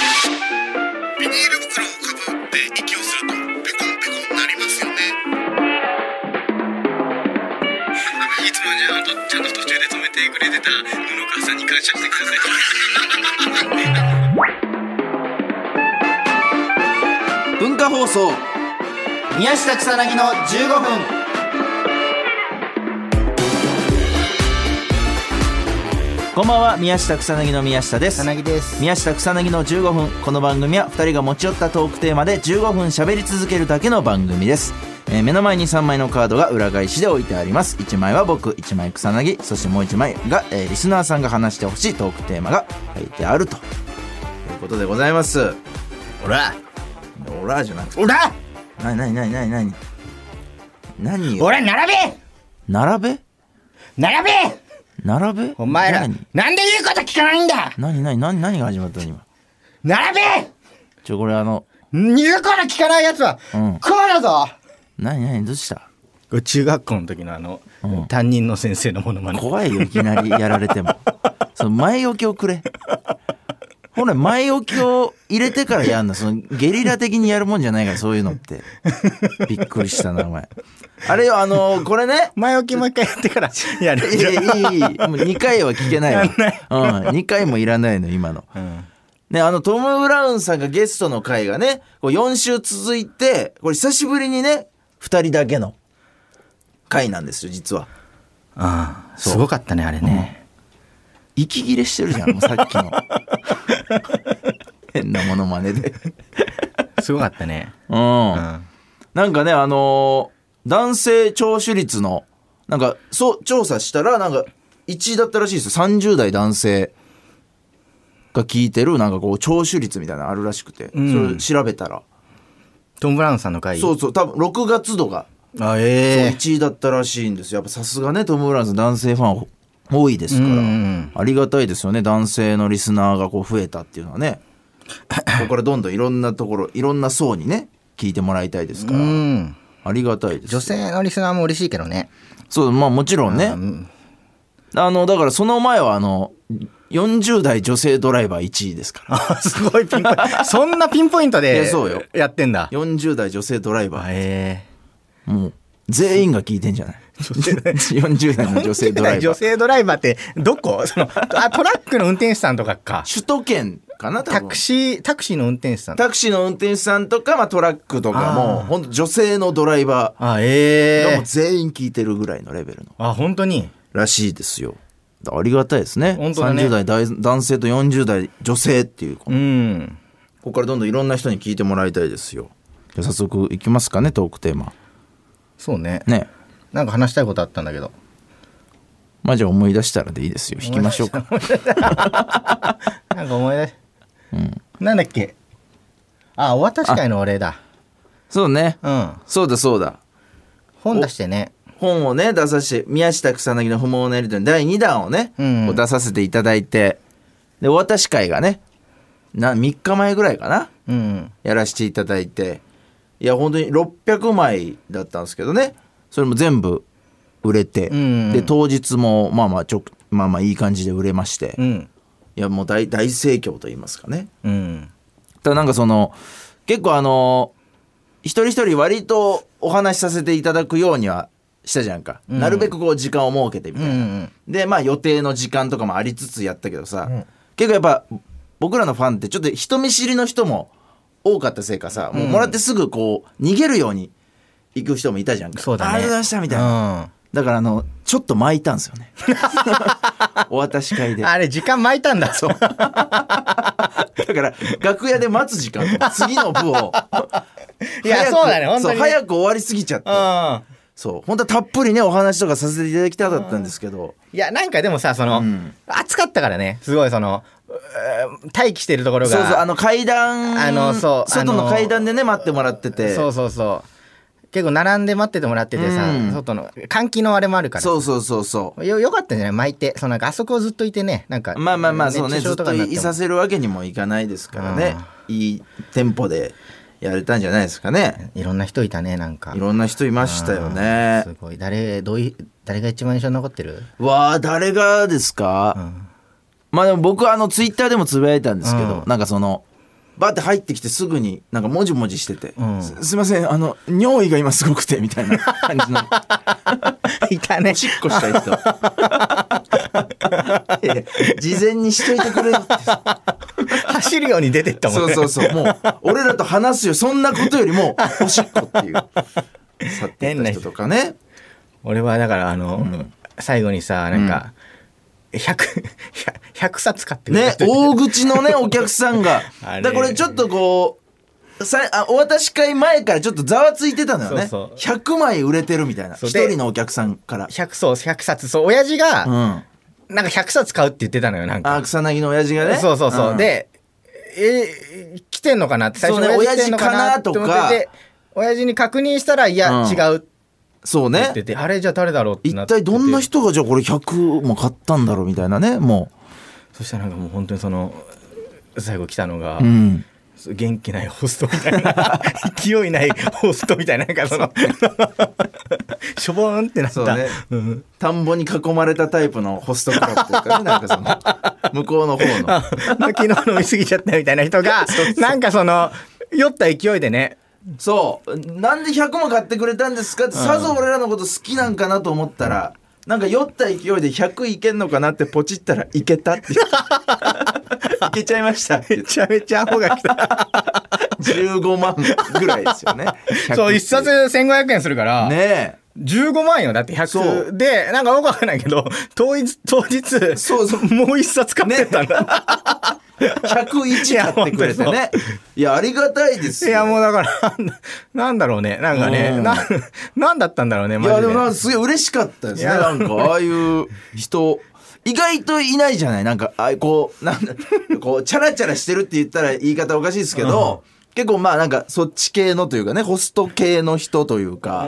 てくれてた布川さんに感謝してください。文化放送宮下草薙の15分こんばんは宮下草薙の宮下です草薙です宮下草薙の15分この番組は2人が持ち寄ったトークテーマで15分喋り続けるだけの番組です、えー目の前に3枚のカードが裏返しで置いてあります1枚は僕1枚草薙そしてもう1枚が、えーリスナーさんが話してほしいトークテーマが書いてあるということでございますおらオラーじゃなくておらななになになになに何よおら並べ並べ並べ並べお前ら何なんで言うこと聞かないんだ何何何何が始まったの今並ちょこれあのべ言うこと聞かないやつは、うんこうだぞ何何どうしたこれ中学校の時のあの、うん担任の先生のものまね怖いよいきなりやられて もその前置きをくれほら前置きを入れてからやんなそのゲリラ的にやるもんじゃないからそういうのってびっくりしたなお前あれよあのこれね前置きもう一回やってからやるいやいいいいもう2回は聞けないわやんないうん、2回もいらないの今のうんね、あの、トム・ブラウンさんがゲストの回がね、こう4週続いて、これ久しぶりにね、2人だけの回なんですよ、実は。ああすごかったねあれね、息切れしてるじゃん、もうさっきの。変なものまねで。すごかったねうん。うんなんかね、あのー男性聴取率の、なんか、そう、調査したら、なんか、1位だったらしいですよ。30代男性が聞いてる、なんかこう、聴取率みたいなのあるらしくて、うんそれ調べたら。トム・ブラウンさんの回そうそう、多分6月度があそうええ1位だったらしいんですよやっぱさすがねトム・ブラウンさん男性ファン多いですうかんうら、んありがたいですよね男性のリスナーがこう増えたっていうのは ねここからどんどんいろんなところいろんな層にね聞いてもらいたいですかうら、んありがたいです女性のリスナーも嬉しいけどねそうまあもちろんね、んあのだからその前はあの40代女性ドライバー1位ですからあすごいピンポイントそんなピンポイントいやでそうよやってんだ40代女性ドライバーえもう全員が聞いてんじゃない40代の女性ドライバー女性ドライバーってどこ そのあトラックの運転手さんとかか首都圏かな多分タクシータクシーの運転手さんタクシーの運転手さんとか、まあ、トラックとかもあー本当女性のドライバーあがえもう全員聞いてるぐらいのレベルのあ本当にらしいですよだからありがたいですね本当だね30代大男性と40代女性っていうこうんこからどんどんいろんな人に聞いてもらいたいですよじゃあ早速いきますかねトークテーマそうねねなんか話したいことあったんだけどまあじゃあ思い出したらでいいですよ引きましょう かなんか思い出し、なんだっけあお渡し会のお礼だそうねうんそうだそうだ本出してね本をね出させて宮下草薙の不毛なやり取りの第2弾をね、うんこう出させていただいてでお渡し会がねな3日前ぐらいかなうんやらせていただいていや本当に600枚だったんですけどねそれも全部売れて、うんで当日もまあまあちょまあまあいい感じで売れまして、ういんやもう大大盛況と言いますかねうんただなんかその結構あの一人一人割とお話しさせていただくようにはしたじゃんか、んなるべくこう時間を設けてみうんうたいな、んでまあ予定の時間とかもありつつやったけどさ、ん結構やっぱ僕らのファンってちょっと人見知りの人も多かったせいかさ、もうもらってすぐこう逃げるように行く人もいたじゃんかそうだねありがとうございましたみたいな、うんだからあのちょっと巻いたんですよ ねお渡し会でだあれ時間巻いたんだそうから楽屋で待つ時間と次の部をいや早くそうだね本そ当にねう早く終わりすぎちゃってんそう本当はたっぷりねお話とかさせていただきたかったんですけどいやなんかでもさその、うん暑かったからねすごいそのうー待機してるところがそうそうあの階段あのそう外あのの階段でね待ってもらっててそうそうそう結構並んで待っててもらっててさ、うん外の換気のあれもあるからそうそうそうそうよよかったんじゃない巻いてそのなんかあそこずっといてねなんかまあまあまあそうね熱ず中っ症とかとになていもさせるわけにもいかないですからねいいテンポでやれたんじゃないですかねいろんな人いたねなんかいろんな人いましたよねすごい誰どうい誰が一番印象に残ってるわあ誰がですか、んまあでも僕はあのツイッターでもつぶやいたんですけど、うんなんかそのバって入ってきてすぐになんかもじもじしてて、うんすすいませんあの尿意が今すごくてみ たいな感じのいたねおしっこしたい人 いや事前にしといてくれって走るように出てったもんそねうそうそう。もう、俺らと話すよ。そんなことよりも、おしっこっていう。去っていった人とかね。俺はだからあの、最後にさなんか、100 100冊買ってくれたね、人大口のね、お客さんが。 あれだからこれちょっとこう、さあお渡し会前からちょっとざわついてたのよね。そうそう100枚売れてるみたいな。そ一うで人のお客さんから。 100そう100冊そう親父うん。が、あ、なんか100冊買うって言ってたのよなんか草薙の親父がね。そうそうそう、ん、でえー来てんのかなって最そ初うね来てんのって思ってて親父に確認したらいや、うん違うってそう言ねっ。ててあれじゃあ誰だろうってな一ってて体どんな人がじゃあこれ100も買ったんだろうみたいなね、もそしたらなんかもう本当にその最後来たのが、う。うん。元気ないホストみたいな 勢いないホストみたいななんかそのしょぼーんってなっそうた、ねうん田んぼに囲まれたタイプのホストクラブっていうかね、なんかその、向こうの方の。昨日飲みすぎちゃったみたいな 人がなんかその酔った勢いでねそう。なんで100も買ってくれたんですかって、さぞ俺らのこと好きなんかなと思ったら、なんか酔った勢いで100いけんのかなってポチったらいけたっていう。いけちゃいましたってめちゃめちゃアホが来た15万ぐらいですよね。 そう100一冊1500円するから、ねえ。 15万よだってそ100でなんかよくわかんないけど当日当日そうそうもう一冊買ってったんだ、 101買ってくれていやね。いや、ありがたいです いよ。やもうだからなんだなんだろうねなんかねうんななんだったんだろうねいマジやででもなんかすげえ嬉しかったですねいやなんかああいう人意外といないじゃないなんかああいうこうなんだこうチャラチャラしてるって言ったら言い方おかしいですけど、結構まあなんかそっち系のというかねホスト系の人というか、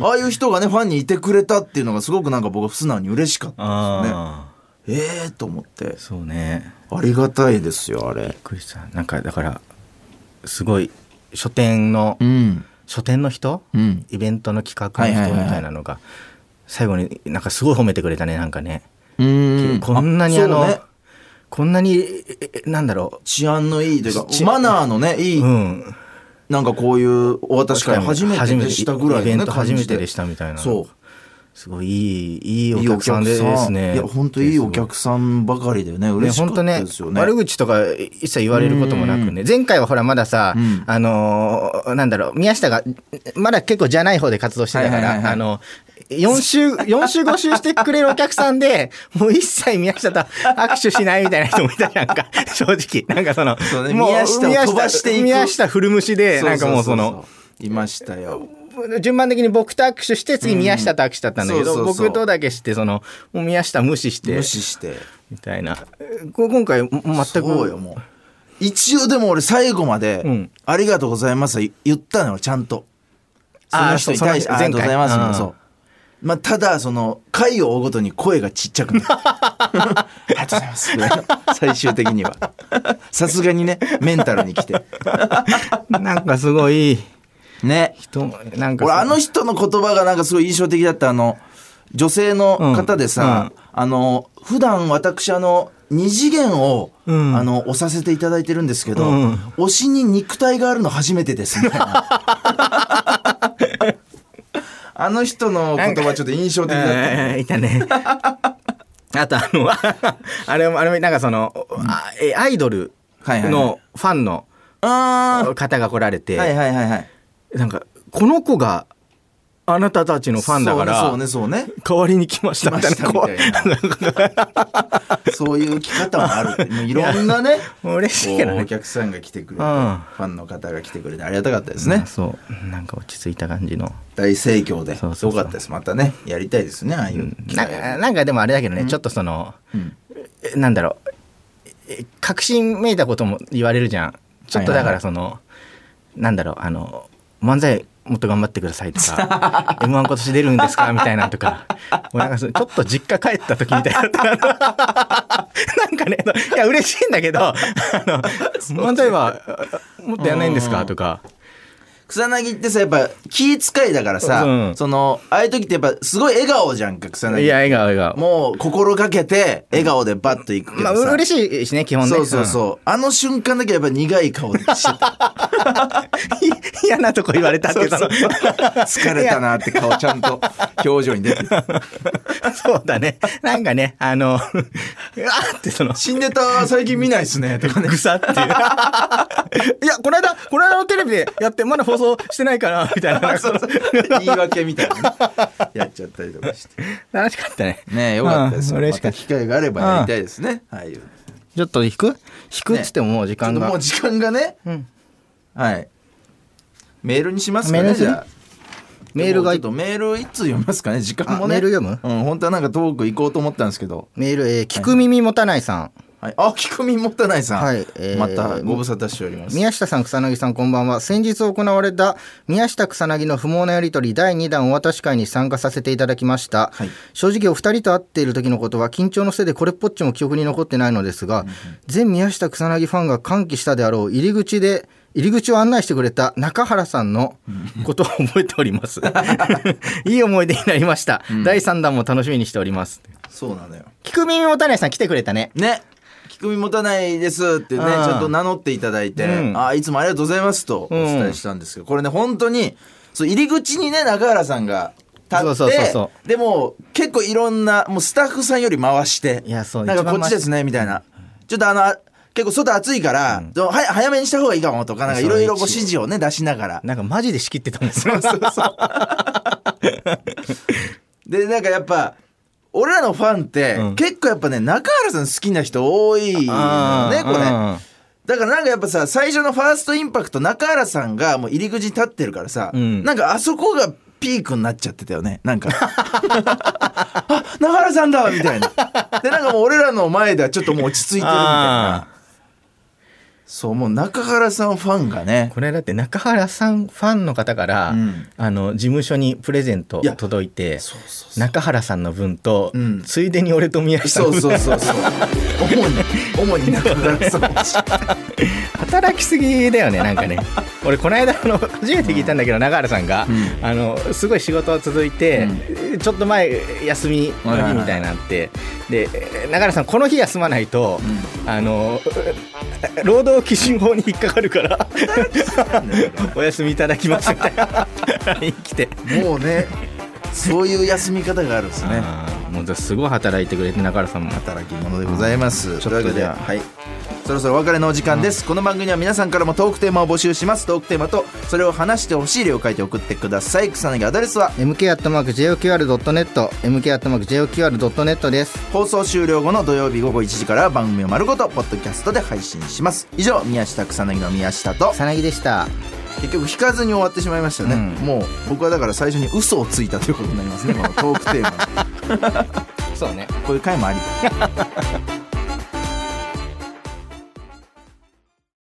ああいう人がねファンにいてくれたっていうのがすごくなんか僕は素直に嬉しかったですねああええー、と思ってそうねありがたいですよあれびっくりしたなんかだからすごい書店の、うん書店の人、うんイベントの企画はのいはいはいはい人みたいなのが最後になんかすごい褒めてくれたねなんかね、うんこんなにあのそうねこんなにえええなんだろ治安のいいというか治安マナーのねいういうんなんかこういうお渡し会初めてでしたぐらいの、ね、イベント初感めじてでしたみたいなそうすごいいいいいお客さんですねいや本当いいお客さんばかりでね嬉ね、しか本った当ねですよね悪口とか一切言われることもなくね前回はほらまださ、うんあのーなんだろう宮下がまだ結構じゃない方で活動してたかはいはいはいはらいあの4週4週5週してくれるお客さんで もう一切宮下と握手しないみたいな人もいたじゃんか正直なんかそのそうねもう宮下を飛ばしていく宮下古虫でなんかもうそのいましたよ順番的に僕と握手して次宮下と握手だったんだけど、うんそうそうそう僕とだけしてそのもう宮下無視して無視してみたいなこ今回全くそうよもう一応でも俺最後まで、うんありがとうございます」言ったのよちゃんとそあのー人に対して「そうあそりのがとうご人ざいます」前回そううんまあただその回を追うごとに声がちっちゃくなるありがとうござい ます」ぐらいの最終的にはさすがにねメンタルに来てなんかすごいね人なんか俺あの人人の言葉がなんかすごい印象的だったあの女性の方でさ、うあの普段私あの二次元を、うんあの押させていただいてるんですけど、うん推しに肉体があるの初めてですみたい なあの人の言葉ちょっと印象的だった、いたね あとあの あれもあれもなんかその、あえアイドルはいはいはいのファンのあ方が来られて、ーはいはいはいはいなんかこの子があなたたちのファンだからそうねそうねそうね代わりに来ましたみたいな来ましたみこそういう着方もあるってもういろんな ねう嬉しいけどこうおね客さんが来てくれて、うんファンの方が来てくれてありがたかったですね、ねそうなんか落ち着いた感じの大盛況でそうすそうそごかうったですまたねやりたいですねああいう機なん会をかなんかでもあれだけどね、ちょっとその、うんえなんだろうえ確信めいたことも言われるじゃんちょっとだからその、なんだろうあの漫才もっと頑張ってくださいと か m 1今年出るんですかみたいなのとかもうなんかそうちょっと実家帰った時みたいな なんかねいや嬉しいんだけどあの漫才はあもっとやんないんですかとか草薙ってさやっぱ気遣いだからさ、うんそのああいう時ってやっぱすごい笑顔じゃんか草薙いや、笑顔、笑顔。もう心がけて笑顔でバッといくけどまさ、あ、嬉しいしね、基本ね。そうそうそう、あの瞬間だけやっぱ苦い顔してたうん。 嫌なとこ言われたっていうその 疲れたなって顔ちゃんと表情に出て たそうだね。なんかね、あの、うわ ーってその、新ネタ 最近見ないっすねとかねぐさって いう。いや、この間、この間のテレビでやって、まだ放送してない から、みたいな。そうそう言い訳みたいなね、やっちゃったりとかして楽しかったね。ねえよかったですうんよ、嬉ましかたった。機会があればやりたいですね、はいちちょっと引く引くっつってももう時ょっ間とが。もう時間がねうんはいメールにしますかメーねルすじるゃあメールがちょっ、とメール一通読みますかね時間もねあメール読むうん本当はなんか遠く行こうと思ったんですけどメール、えー聞く耳持たないさん。はいあ聞くみ持たないさん、はいえーまたご無沙汰しております宮下さん草薙さんこんばんは先日行われた宮下草薙の不毛なやり取り第2弾お渡し会に参加させていただきました、はい正直お二人と会っている時のことは緊張のせいでこれっぽっちも記憶に残ってないのですが、全宮下草薙ファンが歓喜したであろう入り口で入り口を案内してくれた中原さんのことを覚えております いい思い出になりました、第3弾も楽しみにしておりますそうなのよ聞く耳持たないさん来てくれたねね聞くみ持たないですってねちうんゃんと名乗っていただいて、うんあいつもありがとうございますとお伝えしたんですけど、これね本当にそう入り口にね中原さんが立ってそうそうそうそでも結構いろんなもうスタッフさんより回していやそうなん一か番こっちですねみたいなちょっとあのあ結構外暑いから、ちょはや早めにした方がいいかもとかなんかいろいろこうそう指示をね出しながらなんかマジで仕切ってたもんですよ でなんかやっぱ俺らのファンって、うん結構やっぱね中原さん好きな人多いのよねこれ。うんだからなんかやっぱさ最初のファーストインパクト中原さんがもう入り口に立ってるからさ、うんなんかあそこがピークになっちゃってたよねなんか あ中原さんだみたいなでなんかもう俺らの前ではちょっともう落ち着いてるみたいあなそうもう中原さんファンがねこれだって中原さんファンの方から、うんあの事務所にプレゼントいや届いてそうそうそう中原さんの分と、うんついでに俺と宮下のそう分そうそうそう主に主に中原さん欲しい働きすぎだよ ねなんかね俺この間あの初めて聞いたんだけど、中原さんが、あのすごい仕事が続いて、ちょっと前休みの日みたいなのあって、で中原さんこの日休まないと、あの労働基準法に引っかかるから お休みいただきますみたい な LINE 来て。もうねそういう休み方があるんですねあーもうすごい働いてくれて中原さんも働き者でございますちとょっというわけでじゃあはいそろそろお別れのお時間です、この番組は皆さんからもトークテーマを募集しますトークテーマとそれを話してほしい例を書いて送ってください草薙アドレスは mk.joqr.net mk.joqr.net です放送終了後の土曜日午後1時から番組を丸ごとポッドキャストで配信します以上宮下草薙の宮下とさなぎでした結局引かずに終わってしまいましたね、うんもう僕はだから最初に嘘をついた ということになりますねこのトークテーマそうねこういう回もあり